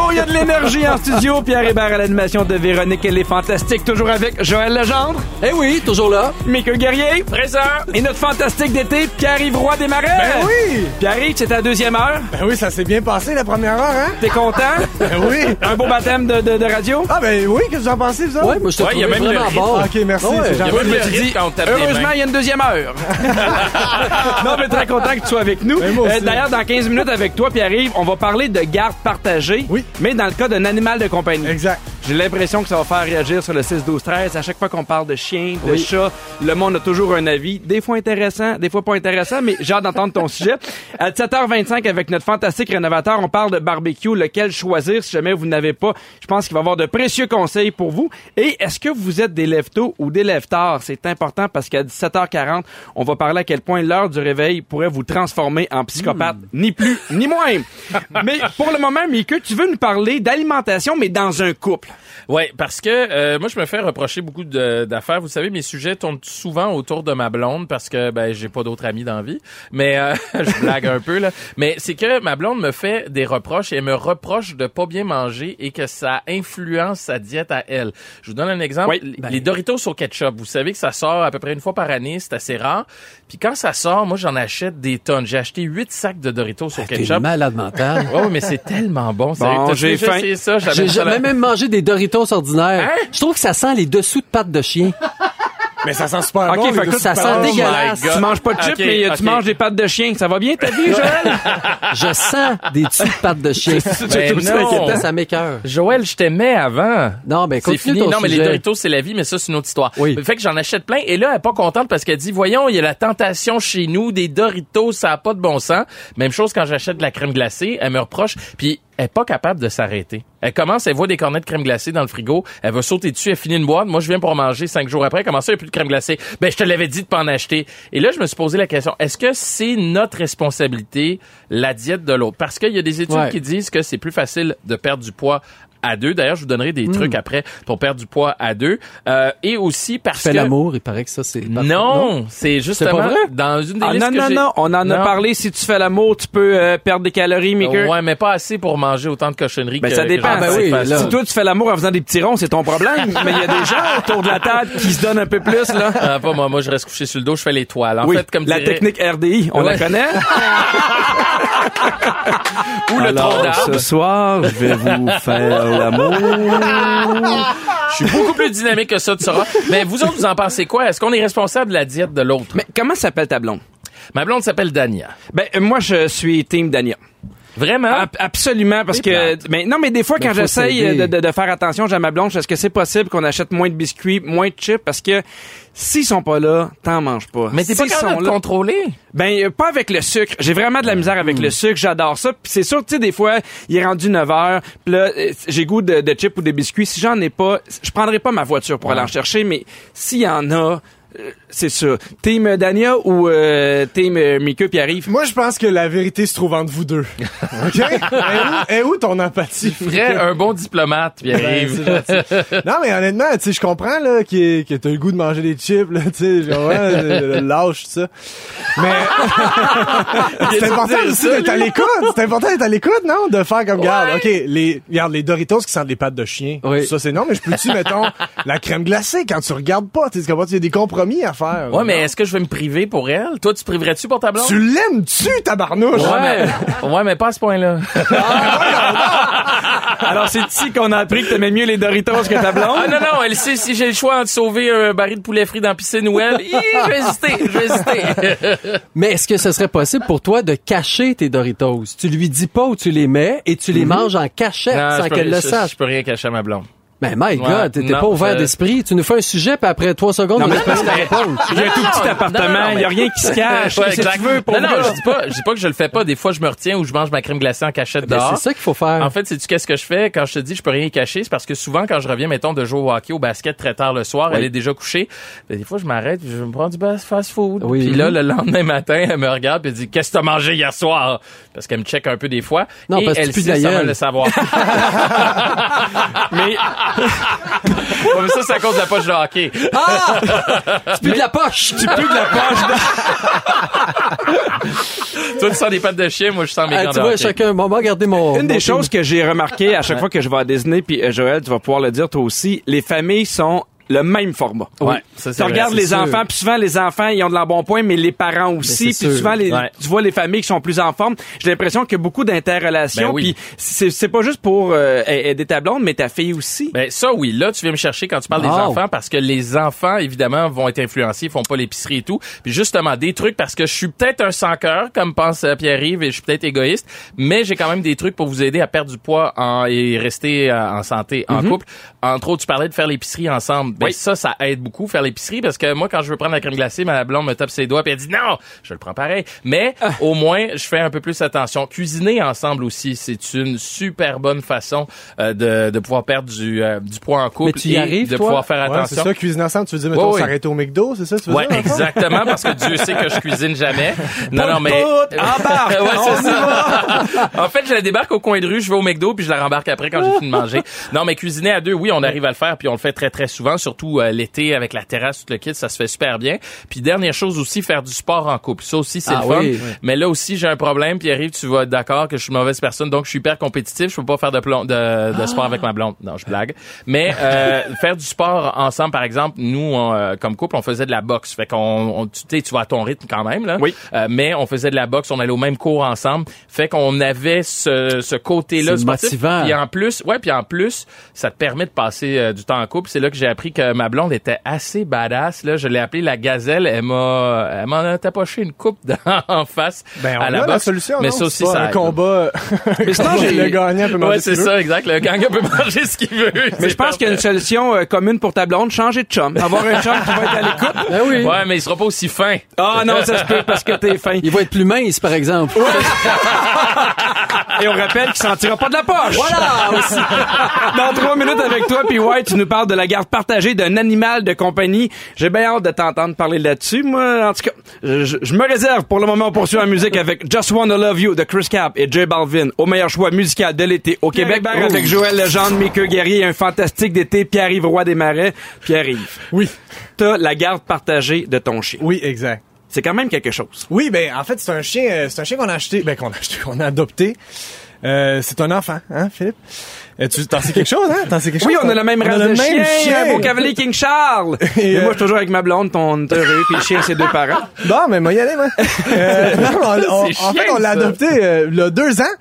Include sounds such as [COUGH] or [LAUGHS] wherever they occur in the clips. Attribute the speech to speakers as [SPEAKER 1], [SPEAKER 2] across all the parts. [SPEAKER 1] Oh, d'énergie en studio. Pierre Hébert à l'animation de Véronique. Elle est fantastique. Toujours avec Joël Legendre,
[SPEAKER 2] Eh oui, toujours là.
[SPEAKER 1] Mika Guerrier
[SPEAKER 3] Présent.
[SPEAKER 1] et notre fantastique d'été, Pierre-Yves Roy Desmarais.
[SPEAKER 4] Ben oui!
[SPEAKER 1] Pierre-Yves, c'est ta deuxième heure.
[SPEAKER 4] Ben oui, ça s'est bien passé la première heure,
[SPEAKER 2] [LAUGHS]
[SPEAKER 4] hein?
[SPEAKER 1] T'es content?
[SPEAKER 4] Ben oui!
[SPEAKER 1] Un beau baptême de, de- de radio?
[SPEAKER 4] Ah ben oui, qu'est-ce que vous en pensez, vous autres?
[SPEAKER 2] Ouais, moi je te
[SPEAKER 3] Ouais,
[SPEAKER 2] trouvais
[SPEAKER 3] y a même le
[SPEAKER 2] vraiment
[SPEAKER 3] rythme.
[SPEAKER 2] bon.
[SPEAKER 4] Ok, merci,
[SPEAKER 2] Ah ouais.
[SPEAKER 4] c'est gentil.
[SPEAKER 3] Il y a même le rythme quand on tape des
[SPEAKER 1] Heureusement,
[SPEAKER 3] mains.
[SPEAKER 1] il y a une deuxième
[SPEAKER 3] [LAUGHS]
[SPEAKER 1] heure. non, mais très content que tu sois avec nous. Euh,
[SPEAKER 4] Ben, moi aussi.
[SPEAKER 1] D'ailleurs, dans 15 minutes avec toi, Pierre-Yves, on va parler de garde partagée,
[SPEAKER 4] Oui.
[SPEAKER 1] mais dans le cas d'un animal de compagnie.
[SPEAKER 4] Exact.
[SPEAKER 1] J'ai l'impression que ça va faire réagir sur le 6-12-13. À chaque fois qu'on parle de chien, de
[SPEAKER 2] Oui.
[SPEAKER 1] chat, le monde a toujours un avis. Des fois intéressant, des fois pas intéressant, mais j'ai hâte d'entendre ton [LAUGHS] sujet. À 7h25, avec notre fantastique rénovateur, on parle de barbecue, lequel choisir si jamais vous n'avez pas. Je pense qu'il va y avoir de précieux conseils pour vous. Et est-ce que vous êtes des lève-tôt ou des lève-tard? C'est important parce qu'à 17h40, on va parler à quel point l'heure du réveil pourrait vous transformer en psychopathe, ni plus, ni moins. mais pour le moment, Miku, tu veux nous parler d'alimentation, mais dans un couple.
[SPEAKER 3] Ouais, parce que euh, moi je me fais reprocher beaucoup de- d'affaires. Vous savez, mes sujets tournent souvent autour de ma blonde parce que ben j'ai pas d'autres amis dans la vie. Mais euh, [LAUGHS] je blague un peu là. Mais c'est que ma blonde me fait des reproches et elle me reproche de pas bien manger et que ça influence sa diète à elle. Je vous donne un exemple.
[SPEAKER 1] Oui,
[SPEAKER 3] Les-
[SPEAKER 1] ben-
[SPEAKER 3] Les Doritos au ketchup, vous savez que ça sort à peu près une fois par année, c'est assez rare. Puis quand ça sort, moi j'en achète des tonnes. J'ai acheté huit sacs de Doritos au
[SPEAKER 2] T'es
[SPEAKER 3] ketchup.
[SPEAKER 2] malade mental.
[SPEAKER 3] Oh, mais c'est tellement bon. sérieux. [LAUGHS] T'as
[SPEAKER 1] j'ai
[SPEAKER 3] déjà
[SPEAKER 1] faim.
[SPEAKER 3] essayé ça, j'avais
[SPEAKER 2] J'ai
[SPEAKER 3] ça dans-
[SPEAKER 2] jamais même mangé des Doritos ordinaires.
[SPEAKER 3] Hein?
[SPEAKER 2] Je trouve que ça sent les dessous de pattes de chien.
[SPEAKER 4] Mais ça sent super
[SPEAKER 1] Ok,
[SPEAKER 4] bon. les
[SPEAKER 1] fait que
[SPEAKER 4] deux
[SPEAKER 2] ça
[SPEAKER 4] petits
[SPEAKER 2] sent
[SPEAKER 4] parents.
[SPEAKER 2] dégueulasse.
[SPEAKER 3] Oh my God.
[SPEAKER 1] Tu manges pas de chips,
[SPEAKER 3] Ok,
[SPEAKER 1] mais euh, tu
[SPEAKER 3] ok.
[SPEAKER 1] manges des pattes de chien. Ça va bien ta vie, [LAUGHS] Joël?
[SPEAKER 2] Je sens des dessous de pattes de
[SPEAKER 3] [LAUGHS]
[SPEAKER 2] chien.
[SPEAKER 3] Ben
[SPEAKER 1] trouve ça
[SPEAKER 3] non.
[SPEAKER 1] inquiétant.
[SPEAKER 2] Ça m'écoeure.
[SPEAKER 3] Joël, je t'aimais avant.
[SPEAKER 2] Non, ben,
[SPEAKER 3] C'est
[SPEAKER 2] continue
[SPEAKER 3] fini.
[SPEAKER 2] ton
[SPEAKER 3] Non, mais les
[SPEAKER 2] sujet.
[SPEAKER 3] Doritos, c'est la vie, mais ça, c'est une autre histoire.
[SPEAKER 2] Oui.
[SPEAKER 3] Fait que j'en achète plein. Et là, elle est pas contente parce qu'elle dit, voyons, il y a la tentation chez nous des Doritos, ça a pas de bon sens. Même chose quand j'achète de la crème glacée, elle me reproche. Puis elle est pas capable de s'arrêter. Elle commence, elle voit des cornets de crème glacée dans le frigo, elle va sauter dessus, elle finit une boîte. Moi, je viens pour en manger cinq jours après. Comment ça, il n'y a plus de crème glacée? Ben, je te l'avais dit de pas en acheter. Et là, je me suis posé la question, est-ce que c'est notre responsabilité, la diète de l'autre? Parce qu'il y a des études
[SPEAKER 2] Ouais.
[SPEAKER 3] qui disent que c'est plus facile de perdre du poids à deux. D'ailleurs, je vous donnerai des trucs après pour perdre du poids à deux. Euh, et aussi parce
[SPEAKER 2] Fais
[SPEAKER 3] que...
[SPEAKER 2] l'amour, il paraît que ça, c'est...
[SPEAKER 3] Non, c'est justement
[SPEAKER 2] vrai?
[SPEAKER 3] dans une des
[SPEAKER 1] Ah,
[SPEAKER 3] listes
[SPEAKER 1] non,
[SPEAKER 3] que
[SPEAKER 1] non,
[SPEAKER 3] j'ai-
[SPEAKER 1] non. On en a
[SPEAKER 3] Non.
[SPEAKER 1] parlé. Si tu fais l'amour, tu peux euh, perdre des calories, mais que...
[SPEAKER 3] Ouais, mais pas assez pour manger autant de cochonneries
[SPEAKER 1] Ben,
[SPEAKER 3] que
[SPEAKER 1] ça
[SPEAKER 3] que
[SPEAKER 1] dépend.
[SPEAKER 3] j'en
[SPEAKER 2] Ah, ben
[SPEAKER 3] sais
[SPEAKER 2] oui,
[SPEAKER 3] pas.
[SPEAKER 2] là.
[SPEAKER 1] Si toi, tu fais l'amour en faisant des petits ronds, c'est ton [LAUGHS] problème. mais il y a des gens autour de la table qui se donnent un peu plus, là.
[SPEAKER 3] [LAUGHS] Ah, pas moi, moi je reste couché sur le dos, je fais l'étoile. En
[SPEAKER 1] oui,
[SPEAKER 3] fait, comme
[SPEAKER 1] la
[SPEAKER 3] dirait-
[SPEAKER 1] technique RDI, on la [LAUGHS]
[SPEAKER 3] Ouais.
[SPEAKER 1] connaît.
[SPEAKER 3] ou le tronc d'arbre.
[SPEAKER 1] soir, je vais vous faire l'amour.
[SPEAKER 3] Je suis beaucoup plus dynamique que ça, tu sauras. Mais vous autres, vous en pensez quoi? Est-ce qu'on est responsable de la diète de l'autre?
[SPEAKER 1] Mais comment s'appelle ta blonde?
[SPEAKER 3] Ma blonde s'appelle Dania.
[SPEAKER 1] Ben, euh, moi, je suis team Dania.
[SPEAKER 3] Vraiment?
[SPEAKER 1] Ab- Absolument, parce
[SPEAKER 3] C'est
[SPEAKER 1] que
[SPEAKER 3] plate.
[SPEAKER 1] mais non, mais des fois
[SPEAKER 2] Mais
[SPEAKER 1] quand
[SPEAKER 2] faut
[SPEAKER 1] j'essaye euh, de,
[SPEAKER 2] s'aider.
[SPEAKER 1] de- de faire attention, j'ai ma blonde, est-ce que c'est possible qu'on achète moins de biscuits, moins de chips, parce que s'ils sont pas là, t'en manges pas.
[SPEAKER 3] mais t'es pas
[SPEAKER 1] S'ils sont
[SPEAKER 3] capable de
[SPEAKER 1] là-
[SPEAKER 3] contrôler?
[SPEAKER 1] ben euh, pas avec le sucre. J'ai vraiment de la misère avec
[SPEAKER 3] Mm.
[SPEAKER 1] le sucre. J'adore ça. Puis c'est sûr, tu sais, des fois, il est rendu 9 heures. Puis là, euh, j'ai goût de, de chips ou de biscuits. Si j'en ai pas, je prendrai pas ma voiture pour aller en chercher. Mais s'il y en a, euh, c'est sûr. Team Dania ou euh, team euh, Miku puis
[SPEAKER 3] [LAUGHS]
[SPEAKER 1] arrive.
[SPEAKER 4] Moi, je pense que la vérité se trouve entre
[SPEAKER 2] [LAUGHS]
[SPEAKER 4] vous deux. OK? et, où, est où ton empathie?
[SPEAKER 3] Vrai, un bon diplomate, puis
[SPEAKER 4] Ben,
[SPEAKER 3] arrive.
[SPEAKER 4] c'est gentil. non, mais honnêtement, tu sais, je comprends, là, que, que t'as le goût de manger des chips, là, tu sais,
[SPEAKER 3] [LAUGHS]
[SPEAKER 4] genre, ouais, le- le lâche, tout ça. Mais, [LAUGHS] c'est important aussi d'être à l'écoute. C'est important d'être à l'écoute, non? De faire comme, regarde, OK, les, regarde, les Doritos qui sentent les pattes de chien.
[SPEAKER 2] Oui.
[SPEAKER 4] Ça, c'est non, mais je peux-tu, mettons, la crème glacée quand tu regardes pas, tu sais, comment il y a des compromis à faire.
[SPEAKER 3] Ouais, mais est-ce que je vais me priver pour elle? Toi, tu priverais-tu pour ta blonde?
[SPEAKER 4] Tu l'aimes-tu, tabarnouche?
[SPEAKER 3] Ouais, mais, ouais, mais pas à ce point-là.
[SPEAKER 1] Alors c'est ici qu'on a appris que t'aimais mieux les Doritos que ta blonde.
[SPEAKER 3] Ah non, non, elle sait si j'ai le choix entre sauver un baril de poulet frit dans la piscine ou elle. Hi, Je vais hésiter, je vais hésiter.
[SPEAKER 2] Mais est-ce que ce serait possible pour toi de cacher tes Doritos? Tu lui dis pas où tu les mets et tu les manges en cachette
[SPEAKER 3] [LAUGHS] Mhm. Non,
[SPEAKER 2] sans
[SPEAKER 3] je peux-
[SPEAKER 2] qu'elle le
[SPEAKER 3] je-
[SPEAKER 2] sache.
[SPEAKER 3] Je peux rien cacher à ma blonde.
[SPEAKER 2] Ben, my God, t'étais
[SPEAKER 3] non,
[SPEAKER 2] pas ouvert
[SPEAKER 3] je-
[SPEAKER 2] d'esprit. Tu nous fais un sujet, puis après trois secondes,
[SPEAKER 1] Non,
[SPEAKER 2] on
[SPEAKER 1] mais
[SPEAKER 2] a pas la réponse.
[SPEAKER 1] Il y a un tout
[SPEAKER 3] Non,
[SPEAKER 1] petit
[SPEAKER 3] non, non,
[SPEAKER 1] appartement,
[SPEAKER 3] non,
[SPEAKER 1] il y a rien qui se cache.
[SPEAKER 3] [LAUGHS] Ouais,
[SPEAKER 1] Qu'est-ce que
[SPEAKER 3] exact.
[SPEAKER 1] tu veux pour
[SPEAKER 3] non, non,
[SPEAKER 1] moi?
[SPEAKER 3] je dis pas, je dis pas que je le fais pas. Des fois, je me retiens ou je mange ma crème glacée en cachette
[SPEAKER 2] Ben,
[SPEAKER 3] dehors.
[SPEAKER 2] c'est ça qu'il faut faire.
[SPEAKER 3] En fait, c'est tu qu'est-ce que je fais quand je te dis je peux rien cacher, c'est parce que souvent quand je reviens mettons de jouer au hockey au basket très tard le soir, elle est déjà couchée. Ben, des fois, je m'arrête, puis je me prends du bas- fast food.
[SPEAKER 2] Oui.
[SPEAKER 3] Puis là le lendemain matin, elle me regarde et dit qu'est-ce que t'as mangé hier soir Parce qu'elle me check un peu des fois
[SPEAKER 2] Non,
[SPEAKER 3] et
[SPEAKER 2] parce que [LAUGHS]
[SPEAKER 3] elle
[SPEAKER 2] tu pues
[SPEAKER 3] sait
[SPEAKER 2] de la
[SPEAKER 3] ça va
[SPEAKER 2] gueule.
[SPEAKER 3] le savoir.
[SPEAKER 1] Mais
[SPEAKER 3] [LAUGHS] Ouais, mais ça, c'est à cause de la poche de hockey.
[SPEAKER 2] Ah! Tu plus de la poche! Ah!
[SPEAKER 1] Tu plus de la poche.
[SPEAKER 3] Toi, tu sens des pattes de chien, moi, je sens mes
[SPEAKER 2] Ah,
[SPEAKER 3] gants
[SPEAKER 2] tu
[SPEAKER 3] de
[SPEAKER 2] vois,
[SPEAKER 3] hockey.
[SPEAKER 2] chacun, bon, regardez mon.
[SPEAKER 1] Une
[SPEAKER 2] mon
[SPEAKER 1] des
[SPEAKER 2] film.
[SPEAKER 1] choses que j'ai remarqué à chaque fois que je vais à Disney, puis euh, Joël, tu vas pouvoir le dire toi aussi, les familles sont le même format.
[SPEAKER 3] Ouais, ça, c'est
[SPEAKER 1] tu
[SPEAKER 3] vrai,
[SPEAKER 1] regardes
[SPEAKER 3] c'est
[SPEAKER 1] les
[SPEAKER 2] sûr.
[SPEAKER 1] enfants, puis souvent les enfants, ils ont de l'embonpoint, mais les parents aussi,
[SPEAKER 2] Mais
[SPEAKER 1] puis
[SPEAKER 2] c'est sûr.
[SPEAKER 1] souvent les,
[SPEAKER 3] Ouais.
[SPEAKER 1] tu vois les familles qui sont plus en forme. J'ai l'impression qu'il y a beaucoup d'interrelations,
[SPEAKER 3] Ben oui.
[SPEAKER 1] puis c'est c'est pas juste pour euh, aider ta blonde, mais ta fille aussi.
[SPEAKER 3] Ben ça oui, là tu viens me chercher quand tu parles des
[SPEAKER 2] Wow.
[SPEAKER 3] enfants parce que les enfants évidemment vont être influencés, ils font pas l'épicerie et tout. Puis justement des trucs parce que je suis peut-être un sans cœur comme pense euh, Pierre-Yves et je suis peut-être égoïste, mais j'ai quand même des trucs pour vous aider à perdre du poids en- et rester euh, en santé en
[SPEAKER 2] Mhm.
[SPEAKER 3] couple. Entre autres, tu parlais de faire l'épicerie ensemble. Ben
[SPEAKER 1] Oui.
[SPEAKER 3] ça ça aide beaucoup faire l'épicerie parce que moi quand je veux prendre la crème glacée, ma blonde me tape ses doigts puis elle dit non, je le prends pareil. Mais
[SPEAKER 2] Ah.
[SPEAKER 3] au moins je fais un peu plus attention. Cuisiner ensemble aussi, c'est une super bonne façon euh, de, de pouvoir perdre du, euh, du poids en couple
[SPEAKER 2] Mais tu y
[SPEAKER 3] et
[SPEAKER 2] arrives,
[SPEAKER 3] de
[SPEAKER 2] toi?
[SPEAKER 3] pouvoir faire
[SPEAKER 4] Ouais, c'est
[SPEAKER 3] attention.
[SPEAKER 4] ça, cuisine ensemble, tu veux dire, mettons,
[SPEAKER 3] Ouais, ouais.
[SPEAKER 4] s'arrêter au McDo, c'est ça, tu veux
[SPEAKER 3] Ouais,
[SPEAKER 4] dire? dans le fond?
[SPEAKER 3] exactement, parce que Dieu sait que je cuisine jamais. Non, non, mais.
[SPEAKER 1] Pout, embarque,
[SPEAKER 3] [LAUGHS] Ouais,
[SPEAKER 1] on
[SPEAKER 3] c'est ça. en fait, je la débarque au coin de rue, je vais au McDo, puis je la rembarque après quand j'ai fini de manger. Non, mais cuisiner à deux, oui, on arrive à le faire, puis on le fait très, très souvent, surtout euh, l'été avec la terrasse, tout le kit, ça se fait super bien. Puis dernière chose aussi, faire du sport en couple. Ça aussi, c'est
[SPEAKER 2] Ah
[SPEAKER 3] le fun.
[SPEAKER 2] oui, oui.
[SPEAKER 3] Mais là aussi, j'ai un problème, puis arrive, tu vas être d'accord que je suis une mauvaise personne, donc je suis hyper compétitif, je peux pas faire de, plom- de, de
[SPEAKER 2] Ah.
[SPEAKER 3] sport avec ma blonde. Non, je blague. Mais euh, [LAUGHS] faire du sport ensemble, par exemple, nous, on, euh, comme couple, on faisait de la boxe. Fait qu'on, on- tu sais, tu vas à ton rythme quand même, là.
[SPEAKER 1] Oui.
[SPEAKER 3] Euh, mais on faisait de la boxe, on allait au même cours ensemble. Fait qu'on avait ce, ce côté-là
[SPEAKER 2] C'est
[SPEAKER 3] sportif.
[SPEAKER 2] motivant.
[SPEAKER 3] Puis en plus, ouais, puis en plus, ça te permet de passer euh, du temps en couple. C'est là que j'ai appris que ma blonde était assez badass. Là, je l'ai appelée la gazelle. Elle m'a, elle m'en a tapoché une coupe [LAUGHS] dans- en face
[SPEAKER 4] Ben, on
[SPEAKER 3] à
[SPEAKER 4] a
[SPEAKER 3] la
[SPEAKER 4] la,
[SPEAKER 3] boxe.
[SPEAKER 4] solution,
[SPEAKER 3] mais
[SPEAKER 4] non?
[SPEAKER 3] ça aussi,
[SPEAKER 4] C'est pas
[SPEAKER 3] ça
[SPEAKER 4] un
[SPEAKER 3] aide.
[SPEAKER 4] combat. [LAUGHS]
[SPEAKER 1] Mais sinon, j'ai-
[SPEAKER 4] le gagnant peut manger
[SPEAKER 3] Ouais,
[SPEAKER 4] ce
[SPEAKER 3] c'est
[SPEAKER 4] qu'il
[SPEAKER 3] ça, exact. Le gang peut [LAUGHS] manger ce qu'il veut.
[SPEAKER 1] Mais
[SPEAKER 3] C'est
[SPEAKER 1] je pense
[SPEAKER 3] parfait.
[SPEAKER 1] qu'il y a une solution euh, commune pour ta blonde, changer de chum. Avoir un chum qui va être à l'écoute. [LAUGHS]
[SPEAKER 2] Ben oui.
[SPEAKER 3] Ouais, mais il sera pas aussi fin.
[SPEAKER 1] Ah non, ça se peut parce que t'es fin.
[SPEAKER 2] Il va être plus mince, par exemple.
[SPEAKER 1] Et on rappelle qu'il sentira pas de la poche.
[SPEAKER 2] Voilà! Aussi.
[SPEAKER 1] Dans trois minutes avec toi, puis ouais, tu nous parles de la garde partagée d'un animal de compagnie. J'ai bien hâte de t'entendre parler là-dessus. Moi, en tout cas, je, je me réserve pour le moment. On poursuit la musique avec Just Wanna Love You de Chris Cap et J Balvin. Au meilleur choix musical de l'été au Québec.
[SPEAKER 2] Barrette.
[SPEAKER 1] Avec Joël Legendre, Mickey Guerrier et un fantastique d'été, Pierre-Yves Roy des Marais. Pierre-Yves,
[SPEAKER 4] Oui.
[SPEAKER 1] t'as la garde partagée de ton chien.
[SPEAKER 4] Oui, exact.
[SPEAKER 1] C'est quand même quelque chose.
[SPEAKER 4] Oui, ben en fait, c'est un chien, euh, c'est un chien qu'on a acheté, ben qu'on a acheté, [LAUGHS] qu'on a adopté. Euh, c'est un enfant, hein, Philippe. Euh, tu t'en sais quelque chose, hein T'en sais quelque
[SPEAKER 1] Oui,
[SPEAKER 4] chose
[SPEAKER 1] on a la même
[SPEAKER 4] On a
[SPEAKER 1] race
[SPEAKER 4] le
[SPEAKER 1] de
[SPEAKER 4] même
[SPEAKER 1] chien, un beau
[SPEAKER 4] chien.
[SPEAKER 1] cavalier King Charles.
[SPEAKER 4] [LAUGHS] Et,
[SPEAKER 1] Et,
[SPEAKER 4] euh,
[SPEAKER 1] moi, je suis toujours avec ma blonde, ton heureux, puis le chien, ses deux parents.
[SPEAKER 4] [LAUGHS] Bon, mais moi y aller,
[SPEAKER 3] [LAUGHS]
[SPEAKER 4] moi. Euh, non, on- on- en
[SPEAKER 3] chiant,
[SPEAKER 4] fait, on l'a
[SPEAKER 3] ça.
[SPEAKER 4] adopté euh, il y a deux ans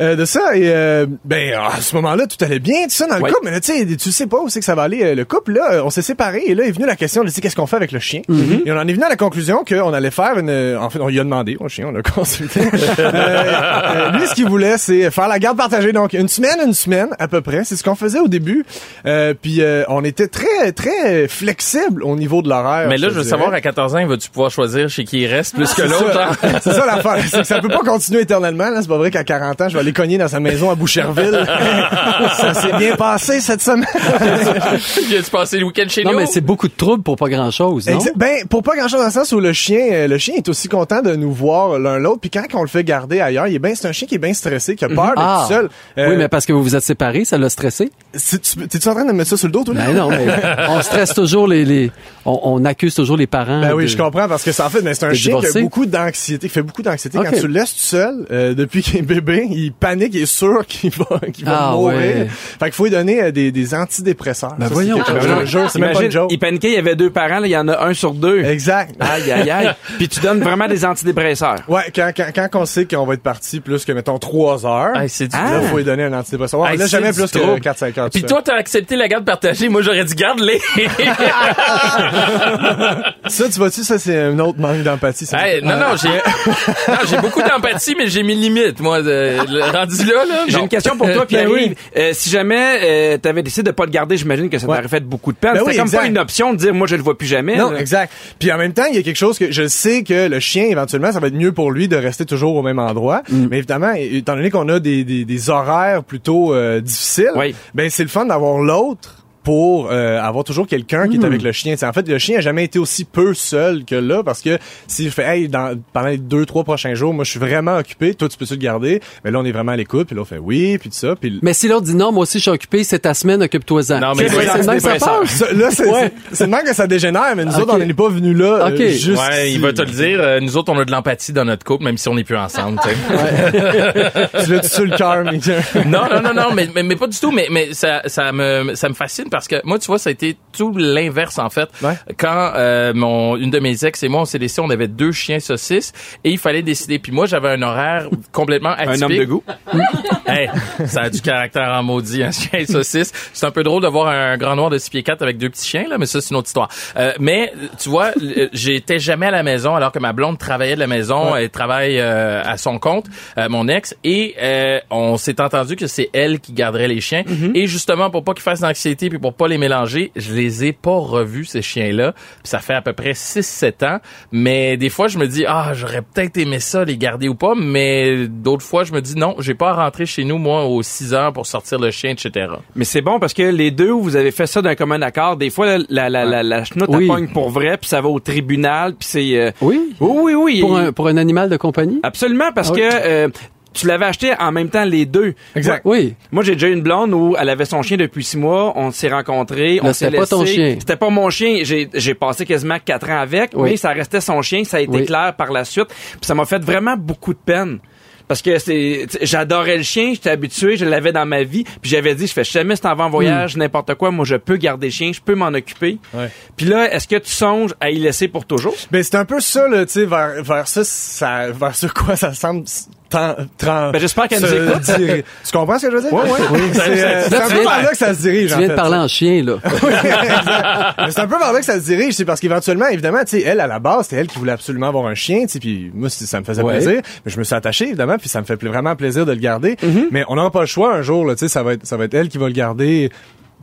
[SPEAKER 4] euh, de ça. Et euh, ben à ce moment-là, tout allait bien, tout ça dans le
[SPEAKER 1] Ouais.
[SPEAKER 4] couple. Mais là, tu sais, tu sais pas où c'est que ça va aller euh, le couple. Là, Euh, on s'est séparés et là est venue la question de tu sais, qu'est-ce qu'on fait avec le chien.
[SPEAKER 3] Mm-hmm.
[SPEAKER 4] Et on en est venu à la conclusion qu'on allait faire une. euh, En fait, on lui a demandé au chien, on l'a [LAUGHS] consulté. Euh, euh, lui, ce qu'il voulait, c'est faire la garde partagée. Donc une semaine, une semaine à peu près. C'est ce qu'on faisait au début. Euh, puis euh, on était très, très flexible au niveau de l'horaire.
[SPEAKER 3] Mais là, je veux
[SPEAKER 4] Ah, dirais. Ah,
[SPEAKER 3] savoir, à 14 ans, vas-tu pouvoir choisir chez qui il reste plus que
[SPEAKER 4] C'est
[SPEAKER 3] l'autre?
[SPEAKER 4] ça.
[SPEAKER 3] hein? [LAUGHS]
[SPEAKER 4] C'est ça l'affaire. C'est que ça peut pas continuer éternellement. là. C'est pas vrai qu'à 40 ans, je vais aller cogner dans sa maison
[SPEAKER 2] [LAUGHS]
[SPEAKER 4] à Boucherville. ça s'est bien passé cette semaine.
[SPEAKER 3] Viens-tu passer le week-end chez
[SPEAKER 2] Non,
[SPEAKER 3] nous?
[SPEAKER 2] mais c'est beaucoup de troubles pour pas grand-chose, non?
[SPEAKER 4] Exa- Ben, pour pas grand-chose dans le sens où le chien, euh, le chien est aussi content de nous voir l'un l'autre. Puis quand on le fait garder ailleurs, il est ben, c'est un chien qui est bien stressé, qui a peur d'être
[SPEAKER 2] Ah!
[SPEAKER 4] seul. Euh,
[SPEAKER 2] Oui, mais parce que vous vous êtes séparés, ça l'a stressé?
[SPEAKER 4] c'est- tu- T'es-tu en train de me mettre ça sur le dos, toi? là?
[SPEAKER 2] Ben non, mais on stresse toujours les... les on, on accuse toujours les parents.
[SPEAKER 4] Ben oui,
[SPEAKER 2] de-
[SPEAKER 4] je comprends parce que ça en fait, mais c'est un
[SPEAKER 2] de
[SPEAKER 4] chien qui a
[SPEAKER 2] divorcer.
[SPEAKER 4] beaucoup d'anxiété, qui fait beaucoup d'anxiété.
[SPEAKER 2] Ok.
[SPEAKER 4] Quand tu le laisses tout seul, euh, depuis qu'il est bébé, il panique, il est sûr qu'il va, qu'il va
[SPEAKER 2] Ah
[SPEAKER 4] mourir.
[SPEAKER 2] ouais.
[SPEAKER 4] Fait qu'il faut lui donner euh, des, des antidépresseurs.
[SPEAKER 2] Ben
[SPEAKER 4] Ça,
[SPEAKER 2] voyons.
[SPEAKER 4] c'est quelque chose,
[SPEAKER 2] Ben
[SPEAKER 4] je le jure, c'est même pas une
[SPEAKER 1] Imagine,
[SPEAKER 4] joke.
[SPEAKER 1] il paniquait, il y avait deux parents, là, il y en a un sur deux.
[SPEAKER 4] Exact.
[SPEAKER 1] Aïe, aïe, aïe. Puis tu donnes vraiment des antidépresseurs.
[SPEAKER 4] Ouais, quand, quand, quand on sait qu'on va être parti plus que, mettons, 3 heures,
[SPEAKER 3] Hey, c'est du
[SPEAKER 4] là, faut lui donner un antidépresseur. Ouais,
[SPEAKER 3] Hey,
[SPEAKER 4] là,
[SPEAKER 3] c'est
[SPEAKER 4] jamais
[SPEAKER 3] du
[SPEAKER 4] plus que
[SPEAKER 3] trouble.
[SPEAKER 4] 4-5 heures.
[SPEAKER 3] Puis
[SPEAKER 4] tout
[SPEAKER 3] toi, t'as accepté la garde partagée. Moi, j'aurais dit garde-les.
[SPEAKER 4] [LAUGHS] ça, Ça, tu vois-tu, ça, c'est un autre manque d'empathie. ça.
[SPEAKER 3] Hey, non, non,
[SPEAKER 1] [LAUGHS]
[SPEAKER 3] j'ai, non, j'ai beaucoup d'empathie, mais j'ai mes limites, moi, de- le- rendu là, là.
[SPEAKER 1] J'ai
[SPEAKER 3] non. Ben
[SPEAKER 1] une question
[SPEAKER 4] [LAUGHS]
[SPEAKER 1] pour
[SPEAKER 3] [LAUGHS]
[SPEAKER 1] toi, Pierre.
[SPEAKER 4] Ben oui.
[SPEAKER 1] si jamais euh, tu avais décidé de pas le garder, j'imagine que ça t'aurait fait beaucoup de peine.
[SPEAKER 4] Ben
[SPEAKER 1] C'était
[SPEAKER 4] oui,
[SPEAKER 1] comme pas
[SPEAKER 4] exact.
[SPEAKER 1] une option de dire moi je le vois plus jamais.
[SPEAKER 4] Non,
[SPEAKER 1] là.
[SPEAKER 4] exact. Puis en même temps, il y a quelque chose que je sais que le chien, éventuellement, ça va être mieux pour lui de rester toujours au même endroit.
[SPEAKER 2] Mm.
[SPEAKER 4] Mais évidemment, é- étant donné qu'on a des, des, des horaires plutôt euh, difficiles,
[SPEAKER 1] Oui.
[SPEAKER 4] ben c'est le fun d'avoir l'autre pour euh, avoir toujours quelqu'un
[SPEAKER 2] Mm.
[SPEAKER 4] qui est avec le chien. T'sais, en fait, le chien a jamais été aussi peu seul que là parce que si je fais hey dans pendant les deux trois prochains jours, moi je suis vraiment occupé, toi tu peux te le garder, mais là on est vraiment à l'écoute, puis là on fait oui, puis tout ça, puis
[SPEAKER 2] Mais si l'autre dit non, moi aussi je suis occupé, c'est ta semaine, occupe-toi-en.
[SPEAKER 3] Non, mais
[SPEAKER 2] C'est-
[SPEAKER 3] c'est-
[SPEAKER 2] c'est le même que ça
[SPEAKER 3] c'est-
[SPEAKER 2] passe.
[SPEAKER 4] Ça, là, c'est
[SPEAKER 2] Ouais.
[SPEAKER 4] c'est- c'est le même que ça dégénère, mais nous
[SPEAKER 2] Ok.
[SPEAKER 4] autres, on n'est pas venus là. euh,
[SPEAKER 2] Ok.
[SPEAKER 4] juste
[SPEAKER 3] Ouais, il va te le dire. euh, nous autres, on a de l'empathie dans notre couple, même si on n'est plus ensemble. tu sais.
[SPEAKER 4] Tu l'as tué le [LAUGHS] cœur, mais
[SPEAKER 3] non, non, non, non, mais, mais, mais pas du tout. Mais, mais ça, ça me, ça me fascine parce que moi, tu vois, ça a été tout l'inverse en fait.
[SPEAKER 4] Ouais.
[SPEAKER 3] Quand euh, mon, une de mes ex et moi, on s'est laissé, on avait deux chiens saucisses et il fallait décider. Puis moi, j'avais un horaire complètement
[SPEAKER 1] Un
[SPEAKER 3] atypique.
[SPEAKER 1] homme de goût.
[SPEAKER 3] Hey, ça a du caractère en maudit, un chien saucisse. C'est un peu drôle de voir un grand noir de 6 pieds 4 avec deux petits chiens, là, mais ça, c'est une autre histoire. Euh, mais, tu vois, l- euh, j'étais jamais à la maison alors que ma blonde travaillait de la maison. Elle travaille euh, à son compte, euh, mon ex, et euh, on s'est entendu que c'est elle qui garderait les chiens.
[SPEAKER 4] Mhm.
[SPEAKER 3] Et justement, pour pas qu'ils fassent d'anxiété puis pour pas les mélanger, je les ai pas revus, ces chiens-là. Puis ça fait à peu près 6-7 ans. Mais des fois, je me dis, ah, j'aurais peut-être aimé ça, les garder ou pas. Mais d'autres fois, je me dis, non, j'ai pas à rentrer chez nous, moi, aux 6 heures pour sortir le chien, etc.
[SPEAKER 1] Mais c'est bon parce que les deux, vous avez fait ça d'un commun accord. Des fois, la, la, la, la, la chenoute
[SPEAKER 2] Oui.
[SPEAKER 1] elle pogne pour vrai, puis ça va au tribunal, puis c'est... euh,
[SPEAKER 2] Oui.
[SPEAKER 1] Oui, oui, oui.
[SPEAKER 2] Pour un, pour un animal de compagnie?
[SPEAKER 1] Absolument, parce
[SPEAKER 2] Ah oui.
[SPEAKER 1] que euh, tu l'avais acheté en même temps les deux.
[SPEAKER 4] Exact.
[SPEAKER 2] Oui.
[SPEAKER 1] Moi, j'ai déjà eu une blonde où elle avait son chien depuis six mois. On s'est rencontrés.
[SPEAKER 2] Là,
[SPEAKER 1] on s'est
[SPEAKER 2] c'était pas
[SPEAKER 1] laissé.
[SPEAKER 2] ton chien.
[SPEAKER 1] C'était pas mon chien. J'ai, j'ai passé quasiment quatre ans avec,
[SPEAKER 2] Oui.
[SPEAKER 1] mais ça restait son chien. Ça a été
[SPEAKER 2] Oui.
[SPEAKER 1] clair par la suite. Puis ça m'a fait vraiment beaucoup de peine. Parce que c'est, tu sais, j'adorais le chien, j'étais habitué, je l'avais dans ma vie, puis j'avais dit, je fais jamais si t'en vas en
[SPEAKER 2] Hmm.
[SPEAKER 1] voyage, n'importe quoi, moi je peux garder le chien, je peux m'en occuper.
[SPEAKER 4] Ouais.
[SPEAKER 1] Puis là, est-ce que tu songes à y laisser pour toujours?
[SPEAKER 4] Ben, c'est un peu ça, là, tu sais, vers, vers ça, ça, vers ce quoi ça semble tant,
[SPEAKER 1] Ben, j'espère qu'elle nous écoute.
[SPEAKER 4] Tu comprends ce que je veux dire? Ouais, ouais. C'est euh, c'est
[SPEAKER 2] Là,
[SPEAKER 4] un
[SPEAKER 2] tu
[SPEAKER 4] peu
[SPEAKER 2] viens-
[SPEAKER 4] vers là que ça se dirige,
[SPEAKER 2] Tu
[SPEAKER 4] en
[SPEAKER 2] viens de
[SPEAKER 4] fait,
[SPEAKER 2] parler en chien, là.
[SPEAKER 4] [LAUGHS] Mais c'est un peu par là que ça se dirige, c'est parce qu'éventuellement, évidemment, tu sais, elle, à la base, c'était elle qui voulait absolument avoir un chien, tu sais, puis moi, c'est- ça me faisait
[SPEAKER 2] Ouais.
[SPEAKER 4] plaisir, mais je me suis attaché, évidemment, puis ça me fait pl- vraiment plaisir de le garder, mais on n'aura pas le choix un jour, là, tu sais, ça va être, ça va être elle qui va le garder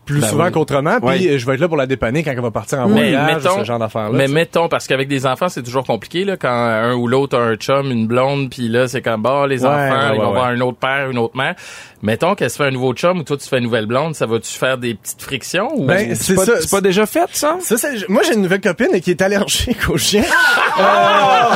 [SPEAKER 4] plus souvent qu'autrement, puis
[SPEAKER 1] Ouais.
[SPEAKER 4] euh, je vais être là pour la dépanner quand elle va partir en voyage, ce genre d'affaires-là.
[SPEAKER 3] mais
[SPEAKER 4] tu sais.
[SPEAKER 3] mettons, parce qu'avec des enfants, c'est toujours compliqué, là, quand un ou l'autre a un chum, une blonde, puis là, c'est comme, bah, les
[SPEAKER 4] Ouais,
[SPEAKER 3] enfants,
[SPEAKER 4] ouais,
[SPEAKER 3] ils vont
[SPEAKER 4] ouais,
[SPEAKER 3] avoir
[SPEAKER 4] ouais.
[SPEAKER 3] un autre père, une autre mère. Mettons qu'elle se fait un nouveau chum ou toi, tu fais une nouvelle blonde, ça va-tu faire des petites frictions ou...
[SPEAKER 4] Ben,
[SPEAKER 1] C'est,
[SPEAKER 4] c'est
[SPEAKER 1] pas,
[SPEAKER 4] ça.
[SPEAKER 1] c'est pas déjà fait, ça?
[SPEAKER 4] Ça, c'est- moi, j'ai une nouvelle copine qui est allergique aux chiens.
[SPEAKER 3] oh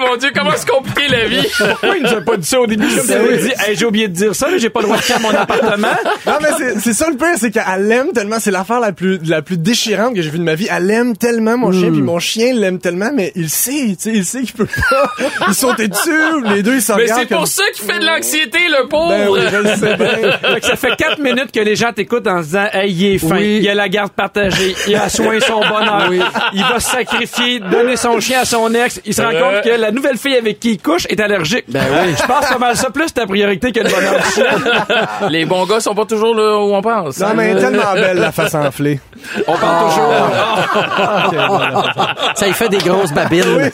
[SPEAKER 3] mon dieu, comment c'est compliqué la vie!
[SPEAKER 1] Pourquoi il nous a pas dit ça au début? Comme ça,
[SPEAKER 4] oui.
[SPEAKER 1] il dit, Hey, j'ai oublié de dire ça, mais j'ai pas le droit de faire mon appartement.
[SPEAKER 4] Non, mais c'est- c'est ça le pire, c'est qu'elle aime tellement, c'est l'affaire la plus, la plus déchirante que j'ai vue de ma vie. Elle aime tellement mon chien,
[SPEAKER 1] Mm.
[SPEAKER 4] puis mon chien l'aime tellement, mais il sait, tu sais, il sait qu'il peut pas. Ils sont dessus, les deux, ils s'en
[SPEAKER 3] Mais
[SPEAKER 4] regardent
[SPEAKER 3] c'est
[SPEAKER 4] comme-
[SPEAKER 3] pour ça qu'il fait de l'anxiété, le pauvre!
[SPEAKER 4] Ben oui, je le sais bien.
[SPEAKER 1] Fait que ça fait quatre minutes que les gens t'écoutent en se disant, hey, il est fin,
[SPEAKER 2] Oui.
[SPEAKER 1] il a la garde partagée, il a soin son bonheur,
[SPEAKER 2] Oui.
[SPEAKER 1] il va se sacrifier, donner son chien à son ex. Il se rend
[SPEAKER 3] Euh.
[SPEAKER 1] compte que la nouvelle fille avec qui il couche est allergique.
[SPEAKER 2] Ben oui.
[SPEAKER 1] Je pense pas mal ça plus ta priorité que le bonheur du chien.
[SPEAKER 3] Les bons gars sont pas toujours là où on pense. hein.
[SPEAKER 4] Non, mais elle est tellement belle, la face enflée. Ah.
[SPEAKER 1] On parle toujours. Ah.
[SPEAKER 2] Ça y fait des grosses babines.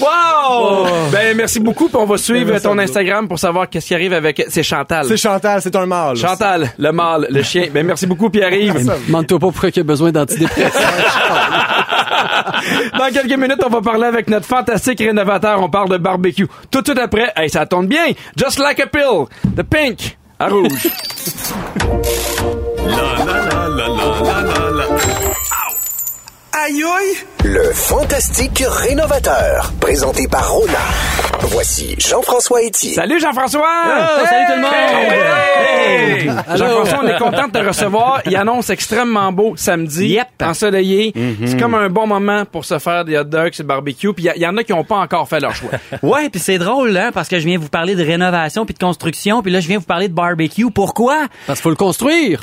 [SPEAKER 1] Wow! Ben, merci beaucoup, puis on va suivre
[SPEAKER 4] Merci à
[SPEAKER 1] ton
[SPEAKER 4] vous.
[SPEAKER 1] Instagram pour savoir qu'est-ce qui arrive avec, c'est Chantal.
[SPEAKER 4] C'est Chantal, c'est un mâle.
[SPEAKER 1] Chantal, le mâle, le chien. Ben, merci beaucoup, Pierre-Yves.
[SPEAKER 2] Demande-toi pas pourquoi il y a besoin d'antidépresseurs.
[SPEAKER 1] Dans quelques minutes, on va parler avec notre fantastique rénovateur. On parle de barbecue. Tout de suite après, hey, ça tombe bien. Just like a pill. The pink. À
[SPEAKER 2] [LAUGHS]
[SPEAKER 1] rouge.
[SPEAKER 5] Le fantastique rénovateur, présenté par Rona. Voici Jean-François Etier.
[SPEAKER 1] Salut Jean-François!
[SPEAKER 2] Oh, salut tout le monde!
[SPEAKER 1] Hey! Hey!
[SPEAKER 2] Allô?
[SPEAKER 1] Jean-François, on est content de te recevoir. Il annonce extrêmement beau samedi,
[SPEAKER 2] Yep. Mm-hmm.
[SPEAKER 1] ensoleillé. C'est comme un bon moment pour se faire des hot dogs et barbecue. Puis il y a- il y, en a qui n'ont pas encore fait leur choix.
[SPEAKER 6] Ouais, puis c'est drôle, hein, parce que je viens vous parler de rénovation puis de construction, puis là je viens vous parler de
[SPEAKER 2] [LAUGHS]
[SPEAKER 6] barbecue. Pourquoi
[SPEAKER 2] Parce qu'il faut le construire.